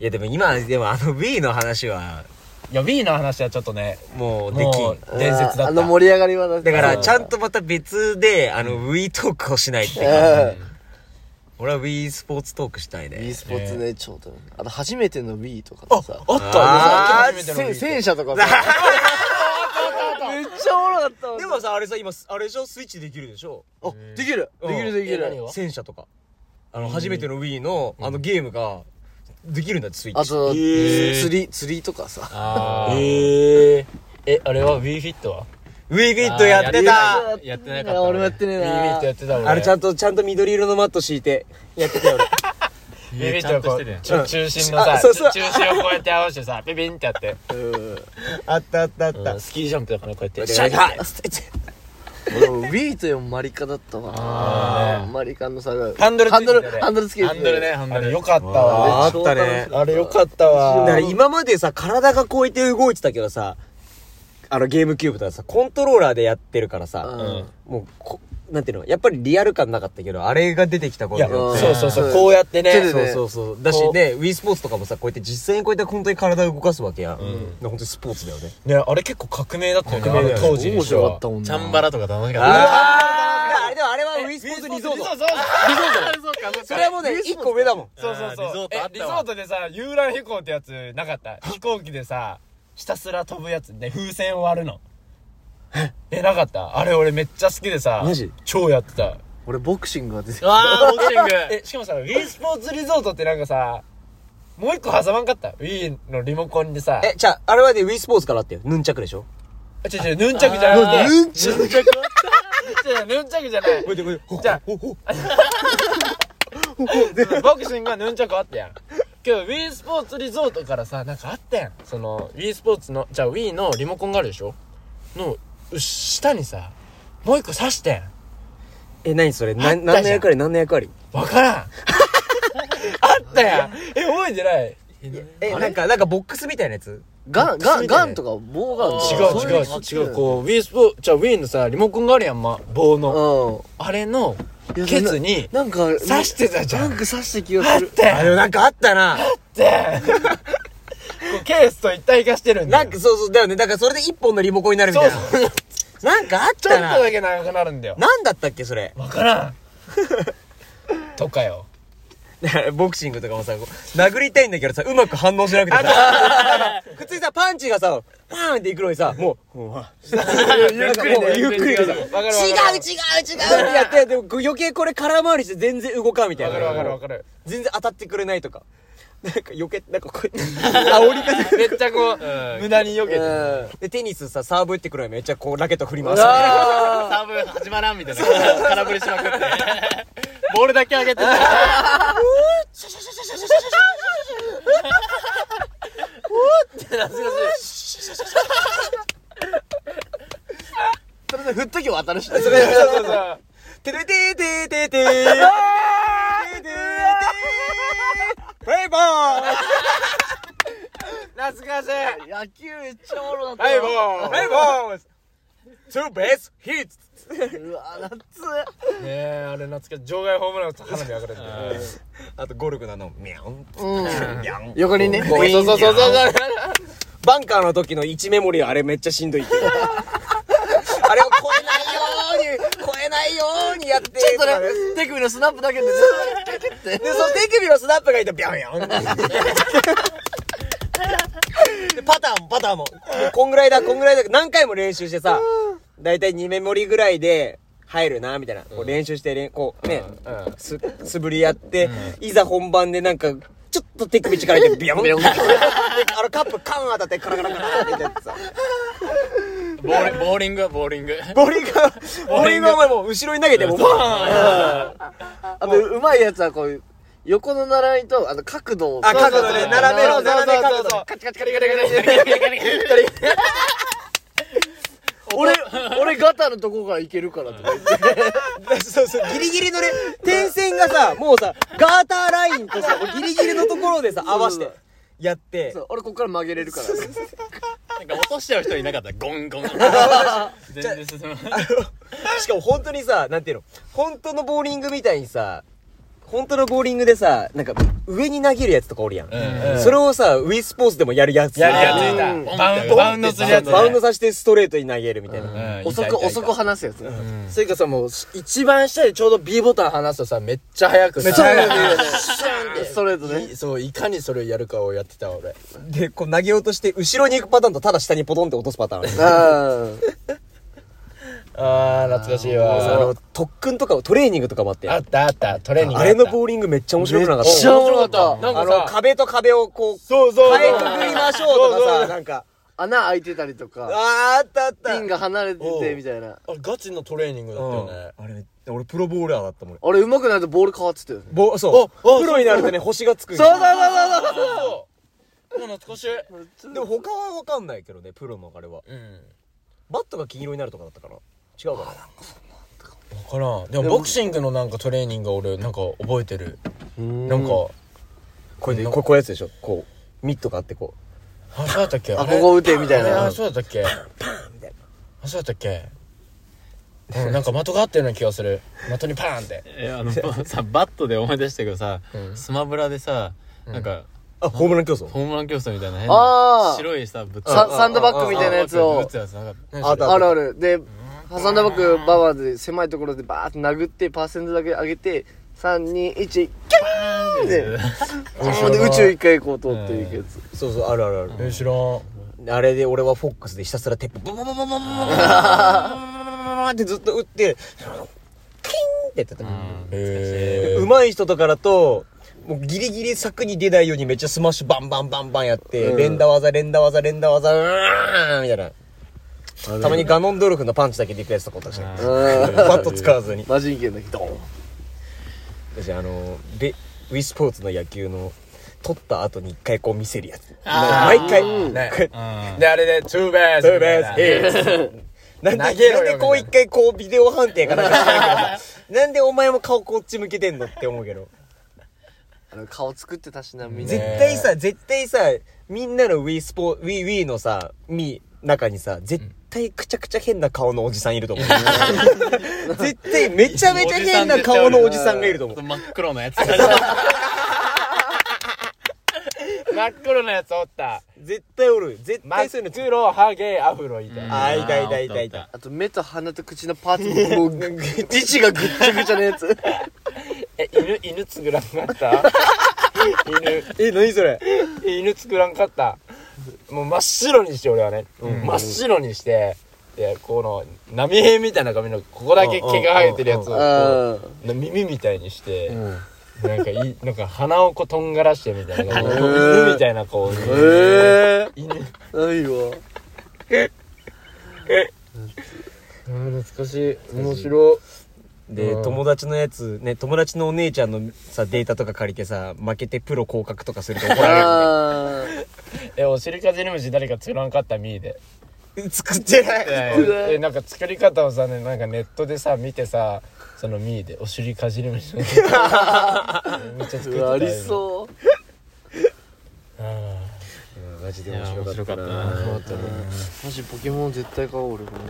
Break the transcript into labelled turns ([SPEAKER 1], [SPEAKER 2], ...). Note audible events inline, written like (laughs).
[SPEAKER 1] いやでも今、でもあの Wii の話は、
[SPEAKER 2] いや Wii の話はちょっとね
[SPEAKER 1] もうで
[SPEAKER 2] も
[SPEAKER 1] き
[SPEAKER 2] う伝説だ
[SPEAKER 3] あ
[SPEAKER 2] っ
[SPEAKER 3] の
[SPEAKER 2] た
[SPEAKER 3] 盛り上がりはだ
[SPEAKER 1] ん。だから、ちゃん
[SPEAKER 3] と。
[SPEAKER 1] とまた別で、あの、Wii トークをしないって
[SPEAKER 3] うん
[SPEAKER 1] 感じ。俺は Wii スポーツトークしたい
[SPEAKER 3] e
[SPEAKER 1] ね。
[SPEAKER 3] スポーツね、ちょうど。あと、初めての Wii とかってさ。
[SPEAKER 2] あ
[SPEAKER 1] あ
[SPEAKER 2] った
[SPEAKER 1] ー
[SPEAKER 2] よさっき初めての Wii
[SPEAKER 3] せ戦車とかさ。めっちゃおもろかったわ
[SPEAKER 1] でもさ、あれさ、今、あれでしょスイッチできるでしょ
[SPEAKER 3] あ、できる
[SPEAKER 1] う
[SPEAKER 3] で
[SPEAKER 1] ん
[SPEAKER 3] きるでき
[SPEAKER 2] え何
[SPEAKER 3] る
[SPEAKER 2] を。
[SPEAKER 1] 戦車とか。あの、初めての Wii の、あのゲームが、できるんだって、スイッ
[SPEAKER 3] あ
[SPEAKER 1] チ。
[SPEAKER 3] と、
[SPEAKER 2] ー
[SPEAKER 3] 釣り、釣りとかさ。
[SPEAKER 2] あー
[SPEAKER 4] えええあれは WeFit は
[SPEAKER 1] Wii フィットやって
[SPEAKER 2] あ
[SPEAKER 1] た
[SPEAKER 2] ーやってなかったね
[SPEAKER 3] 俺もやってねえな
[SPEAKER 2] WeFit やってた俺
[SPEAKER 1] あれちゃんと、ちゃんと緑色のマット敷いて、やってたよ、俺。
[SPEAKER 2] ビビってこうち
[SPEAKER 1] う
[SPEAKER 2] ょ
[SPEAKER 1] ん
[SPEAKER 2] 中心のさ
[SPEAKER 1] あそうそう
[SPEAKER 2] ちょ中心をこうやって合わせてさビビンってやって
[SPEAKER 3] うん。
[SPEAKER 1] あったあったあっ
[SPEAKER 2] うんスキージャンプだからこうやって
[SPEAKER 1] シャキ
[SPEAKER 2] あ
[SPEAKER 3] 俺も Wii というマリカだったわ。あマリカのさ、
[SPEAKER 2] ハンドルつ
[SPEAKER 3] ハ
[SPEAKER 2] い
[SPEAKER 3] ン
[SPEAKER 2] て
[SPEAKER 3] ド
[SPEAKER 2] たよ
[SPEAKER 3] ル
[SPEAKER 2] ね、
[SPEAKER 3] ハンドルつけて
[SPEAKER 2] ハンドルねハンド
[SPEAKER 4] あ
[SPEAKER 2] ル
[SPEAKER 4] れ
[SPEAKER 2] よかったわ
[SPEAKER 1] あったね
[SPEAKER 2] あれよかった
[SPEAKER 1] だ
[SPEAKER 2] わ
[SPEAKER 1] から今までさ、体がこうやって動いてたけどさ、あのゲームキューブとかさ、コントローラーでやってるから
[SPEAKER 3] う
[SPEAKER 1] さ、
[SPEAKER 3] ん。
[SPEAKER 1] もうこ、なんていうの、やっぱりリアル感なかったけど、あれが出てきたこ
[SPEAKER 2] い
[SPEAKER 1] と
[SPEAKER 2] や
[SPEAKER 1] によ
[SPEAKER 3] ん
[SPEAKER 1] って。
[SPEAKER 2] そうそうそ
[SPEAKER 3] うん
[SPEAKER 2] うこうやって
[SPEAKER 3] 手で
[SPEAKER 2] ね
[SPEAKER 3] ね
[SPEAKER 1] そうそうそう。だしね、ウィースポーツとかもさ、こうやって実際にこうやって本当に体を動かすわけやん。ほ本当にスポーツだよね。
[SPEAKER 2] ねあれ結構革命だったよねあの当時
[SPEAKER 3] 面
[SPEAKER 2] にして
[SPEAKER 3] 白か
[SPEAKER 2] は
[SPEAKER 3] ったもんな。
[SPEAKER 4] チャンバラとか楽しかっ
[SPEAKER 1] ああれでもあれはウィースポーツリゾート。
[SPEAKER 2] そう
[SPEAKER 1] それはもうね、一個上だもん。
[SPEAKER 2] そうそうそう
[SPEAKER 4] あーリゾートあ
[SPEAKER 2] え
[SPEAKER 4] っ
[SPEAKER 2] リ
[SPEAKER 4] た
[SPEAKER 2] ゾ
[SPEAKER 4] わ
[SPEAKER 2] ートでさ遊覧飛行ってやつなかった飛行機でさひたすら飛ぶやつで風船を割るのえなかったあれ俺めっちゃ好きでさ
[SPEAKER 1] マジ
[SPEAKER 2] 超やってた
[SPEAKER 3] 俺ボクシングが出て
[SPEAKER 4] たわあボクシング
[SPEAKER 2] えしかもさ w スポーツリゾートってなんかさもう一個挟まんかった Wii のリモコンでさ
[SPEAKER 1] え、じゃあ、あれはね、ウィースポーツからあったよ。ヌンチャクでしょ
[SPEAKER 2] ちょちょヌンチャクじゃなくて
[SPEAKER 3] うんちゃんちゃ
[SPEAKER 2] 違う違うヌンチャクじゃない
[SPEAKER 1] こうやってこうやって
[SPEAKER 2] じゃあ
[SPEAKER 1] ほほ
[SPEAKER 2] (laughs) ボクシングはヌンチャクあったやんけど Wii スポーツリゾートからさなんかあったやんその Wii スポーツのじゃあ Wii のリモコンがあるでしょのう下にさもう一個刺してん
[SPEAKER 1] え、何それな
[SPEAKER 2] あったじゃん
[SPEAKER 1] 何の役割何の役割 (laughs)
[SPEAKER 2] わからんあったやんえ覚えてない
[SPEAKER 1] え、なんか、なんかボックスみたいなやつ
[SPEAKER 3] ガン、ガン、ガンとか棒ガン
[SPEAKER 2] 違
[SPEAKER 3] とか。
[SPEAKER 2] う違う違うこう Wii スポーツじゃあ Wii のさリモコンがあるやん、ま、棒の
[SPEAKER 3] う
[SPEAKER 2] あれの
[SPEAKER 3] ん。
[SPEAKER 2] ケツに
[SPEAKER 3] なんか、刺
[SPEAKER 2] 刺してたじゃん
[SPEAKER 3] なんか刺した気がする。
[SPEAKER 1] あ、で
[SPEAKER 2] (laughs)
[SPEAKER 1] もなんかあったな。
[SPEAKER 2] こうケースと一体化してるんだ
[SPEAKER 1] な
[SPEAKER 2] よ
[SPEAKER 1] んか、そうそう、だよね。だからそれで一本のリモコンになるみたいな。
[SPEAKER 2] そう
[SPEAKER 1] なんかあっ
[SPEAKER 2] ちょったと
[SPEAKER 1] な。
[SPEAKER 2] だけ長くなるんだよ
[SPEAKER 1] なんだったっけ、それ。 (laughs)
[SPEAKER 2] わから (laughs) んとかよ
[SPEAKER 1] だからボクシングとかもさ、こう殴りたいんだけどさ、うまく反応しなくてさ。普通にさ、パンチがさ、パーンっていくのにさ、もう、も
[SPEAKER 2] (laughs)
[SPEAKER 1] うゆっくりゆっくりでさ、違う違う違う
[SPEAKER 2] わかるわかる
[SPEAKER 1] ってやってやって、こう余計これ空回りして全然動かんみたい
[SPEAKER 2] わ
[SPEAKER 1] な。
[SPEAKER 2] かるわかるわかる
[SPEAKER 1] 全然当たってくれないとか。 (laughs) なんか余計、なんかこ
[SPEAKER 2] (laughs)
[SPEAKER 1] うやって、煽り方
[SPEAKER 2] めっちゃこう無駄に避けて
[SPEAKER 1] で、テニスさ、サーブ打ってくるのにめっちゃこう、ラケット振ります。 (laughs)
[SPEAKER 3] あ
[SPEAKER 4] サーブ始まらんみたいな空振りしまくってボールだけ上げてた
[SPEAKER 3] ーそれで振っときは当たるし。
[SPEAKER 1] それそうそうそう。てれてーてーてーてー。てーてーてーてー。プレイボール
[SPEAKER 2] 懐かしい
[SPEAKER 3] 野球めっちゃおもろかった。
[SPEAKER 2] はいも
[SPEAKER 1] プレイボールツーベースヒット
[SPEAKER 3] うわ、夏。
[SPEAKER 2] うねえあれ懐かしい場外ホームランと花火上がるんだよ
[SPEAKER 1] あと、ゴルフのあの、ミャン。
[SPEAKER 3] うん。
[SPEAKER 1] ミャン。
[SPEAKER 3] 横にね、
[SPEAKER 1] こう
[SPEAKER 2] そうそうそうそうそう
[SPEAKER 1] バンカーの時の1メモリーあれめっちゃしんどいっていう。あれを超えないように、超えないようにやって。
[SPEAKER 3] ちょっとね、手首のスナップだけで、ずーっとキュッて
[SPEAKER 1] で、。その手首をスナップがいいと、ビャンビャン。で、パターンも、パターンも。 (laughs) こんぐらいだ、こんぐらいだ、何回も練習してさ、だいたい2メモリぐらいで、入るな、みたいな。こう練習してれん、こう、ね、す、素振りやって、いざ本番でなんか、ちょっと手首力入れて、ビャンビャン。 (laughs) であの、カップカーン当たって、カラカラカラってやってさ。
[SPEAKER 4] ボーリボーリングはボーリング
[SPEAKER 1] (laughs) ボーリングは、ボーリングはお前もう後ろに投げて、もう、バーン
[SPEAKER 3] あと、うまいやつはこう、横の並びと、あの、角度を。
[SPEAKER 1] あ、角度で、
[SPEAKER 3] そうそうそう
[SPEAKER 1] 斜めの、
[SPEAKER 2] そうそう
[SPEAKER 1] 斜
[SPEAKER 2] そう
[SPEAKER 1] め角度。
[SPEAKER 2] カ
[SPEAKER 1] カチカチカ
[SPEAKER 2] リ
[SPEAKER 1] チ
[SPEAKER 2] カリカリカリ
[SPEAKER 3] 俺、俺ガタのとこからいけるからとか言って。
[SPEAKER 1] そうそう、ギリギリのね、点線がさ、もうさ、ガーターラインとさ、ギリギリのところでさ、合わせて、やって
[SPEAKER 3] そ、う俺こっから曲げれるから。
[SPEAKER 4] なんか落としちゃう人いなかったゴンゴン全然進まない
[SPEAKER 1] (laughs) しかも本当にさ、なんていうの、本当のボーリングみたいにさ、本当のボーリングでさ、なんか上に投げるやつとかおるやん。
[SPEAKER 4] うん
[SPEAKER 1] それをさ、ウィスポーツでもやるやつ。
[SPEAKER 2] やるやつ
[SPEAKER 4] つ
[SPEAKER 2] いた。
[SPEAKER 4] いたバウンバウンドするやつね
[SPEAKER 1] バウンドさせてストレートに投げるみたいな。
[SPEAKER 4] うん
[SPEAKER 3] 遅く、遅く離すやつね。
[SPEAKER 2] せいかさ、もう、一番下でちょうど B ボタン離すとさ、めっちゃ速くさ。
[SPEAKER 1] めっちゃ速く
[SPEAKER 2] い。
[SPEAKER 3] ストレートね。
[SPEAKER 2] いそう、いかにそれをやるかをやってた、俺。
[SPEAKER 1] で、こう投げようとして、後ろに行くパターンとただ下にポトンって落とすパターンある。
[SPEAKER 3] あ
[SPEAKER 2] あー、懐かしい
[SPEAKER 1] あ
[SPEAKER 2] わ。
[SPEAKER 1] の、特訓とか、トレーニングとかもあって。
[SPEAKER 2] あ
[SPEAKER 1] あ
[SPEAKER 2] ったあった、トレーニングあった。
[SPEAKER 1] れのボーリングめっちゃ面白くなかった。
[SPEAKER 3] めっちゃ面白かった
[SPEAKER 2] なん
[SPEAKER 1] あ
[SPEAKER 2] か
[SPEAKER 1] の、
[SPEAKER 2] さ、
[SPEAKER 1] 壁と壁をこう、
[SPEAKER 2] そうそうそう。
[SPEAKER 1] 変えくぐりましょうとかさ、なんか、
[SPEAKER 3] あ。穴開いてたりとか、
[SPEAKER 1] あーあったあった。
[SPEAKER 3] ピンが離れてて、みたいな。
[SPEAKER 2] あれガチのトレーニングだったよね。
[SPEAKER 1] あれ、俺プロボーラーだったもん。
[SPEAKER 3] 俺上手くなるとボール変わってたよね。
[SPEAKER 1] ぼ、そう。
[SPEAKER 2] おお
[SPEAKER 1] プロになるとね、星がつくんよ
[SPEAKER 3] そうそうそうそう
[SPEAKER 2] そうもう懐かしい。
[SPEAKER 1] でも他はわかんないけどね、プロのあれは。
[SPEAKER 2] うん。
[SPEAKER 1] バットが金色になるとかだったから。違うかな。
[SPEAKER 2] わからん。でもボクシングのなんかトレーニングは俺なんか覚えてる。なんか、
[SPEAKER 1] これで、こうこういうやつでしょ。こう、ミットがあってこ
[SPEAKER 2] あ、そうだったっけ
[SPEAKER 3] あ、
[SPEAKER 2] あ
[SPEAKER 3] こ
[SPEAKER 2] れ
[SPEAKER 3] こ打て、みたい
[SPEAKER 2] あれ
[SPEAKER 3] な
[SPEAKER 2] あ。そうだったっけ
[SPEAKER 1] みたいな
[SPEAKER 2] あそうだったっけうんなんか的があったような気がする的にパーンって
[SPEAKER 4] えあのばさバットで思い出したけどさ、
[SPEAKER 2] うん
[SPEAKER 4] スマブラでさなんか、
[SPEAKER 1] う。あ、ホームラン競争。
[SPEAKER 4] ホームラン競争みたいな変
[SPEAKER 3] あ
[SPEAKER 4] な
[SPEAKER 3] ー
[SPEAKER 4] 白いさぶっ
[SPEAKER 3] ササンドバッグみたいなやつ
[SPEAKER 4] 打
[SPEAKER 3] を
[SPEAKER 4] つ。やつなかった
[SPEAKER 1] あった
[SPEAKER 3] あるある。で、サンドバッグババアで狭いところでバーって殴って、パーセントだけ上げて、3、2、1、キャーンで、ほんで宇宙一回こう通っていくやつ。
[SPEAKER 1] そうそう、あるあるある。
[SPEAKER 2] え知らん
[SPEAKER 1] あれで俺はフォックスでひたすら鉄砲、ボンボンボンボンボンボンボンボンボンボンボンボンってずっと打って、キンってやってた。
[SPEAKER 2] え
[SPEAKER 1] うまい人とかだと、もうギリギリ柵に出ないようにめっちゃスマッシュバンバンバンバンやって、連打技、連打技、連打技、うーんみたいな。たまにガノンドルフのパンチだけでいくやつとかおったしね。
[SPEAKER 3] うん
[SPEAKER 1] バット使わずに。
[SPEAKER 3] マジン剣だけど。
[SPEAKER 1] 私、あの、ベ、ウィスポーツの野球の、取った後に一回こう見せるやつ。
[SPEAKER 4] あ
[SPEAKER 1] 毎回、
[SPEAKER 2] ね
[SPEAKER 1] こう
[SPEAKER 2] ーであれでツーベース
[SPEAKER 1] ツーベース
[SPEAKER 2] みたいな
[SPEAKER 1] ヒットなんで、なん
[SPEAKER 2] 投げろよ
[SPEAKER 1] でこう一回こうビデオ判定かなんかし (laughs) ないけどさ、なんでお前も顔こっち向けてんのって思うけど。
[SPEAKER 3] あの顔作ってたしな、みんな
[SPEAKER 1] 絶。対さ、絶対さ、みんなの Wii スポ、Wii、Wii のさ、み、中にさ、絶対くちゃくちゃ変な顔のおじさんいると思う。 (laughs) 絶対めちゃめちゃ変な顔のおじさんがいると思う。
[SPEAKER 4] 真っ黒なやつ
[SPEAKER 2] 真っ黒なやつおった
[SPEAKER 1] 絶対おる。絶
[SPEAKER 2] 真
[SPEAKER 1] 対
[SPEAKER 2] っ
[SPEAKER 1] そういうのつ。
[SPEAKER 2] 黒ハゲアフロいた
[SPEAKER 1] あ、いたいたいたいた。
[SPEAKER 3] あと目と鼻と口のパーツも、もう、父がぐっちゃぐちゃのやつ。
[SPEAKER 2] え犬犬作らんかった
[SPEAKER 1] え、何それ
[SPEAKER 2] 犬犬作らんかったもう真っ白にして俺はね真っ白にしてでこの波平みたいな髪のここだけ毛が生えてるやつをこう
[SPEAKER 3] う
[SPEAKER 2] の耳みたいにして、なんかいいなんか鼻をこうとんがらしてみたいな、
[SPEAKER 3] へー
[SPEAKER 2] 犬みたいなこう、
[SPEAKER 3] ん。え
[SPEAKER 2] 犬あ
[SPEAKER 3] ー。ないわ。
[SPEAKER 2] ー懐かしい面白い
[SPEAKER 1] で、
[SPEAKER 2] うん
[SPEAKER 1] 友達のやつ、ね、友達のお姉ちゃんのさ、データとか借りてさ、負けてプロ降格とかすると怒られるよ
[SPEAKER 3] あ
[SPEAKER 2] えお尻かじり虫誰か作らんかったミーで
[SPEAKER 1] ね。作ってない。
[SPEAKER 2] えなんか作り方をさ、ね、なんかネットでさ見てさそのミーでお尻かじり
[SPEAKER 3] (laughs)
[SPEAKER 2] 虫めっちゃ作って
[SPEAKER 3] ーう
[SPEAKER 2] た
[SPEAKER 3] わありそう。
[SPEAKER 2] あ
[SPEAKER 1] マジで
[SPEAKER 4] 面白かった
[SPEAKER 1] な
[SPEAKER 4] な
[SPEAKER 3] マジポケモン絶対買おう俺この
[SPEAKER 2] ー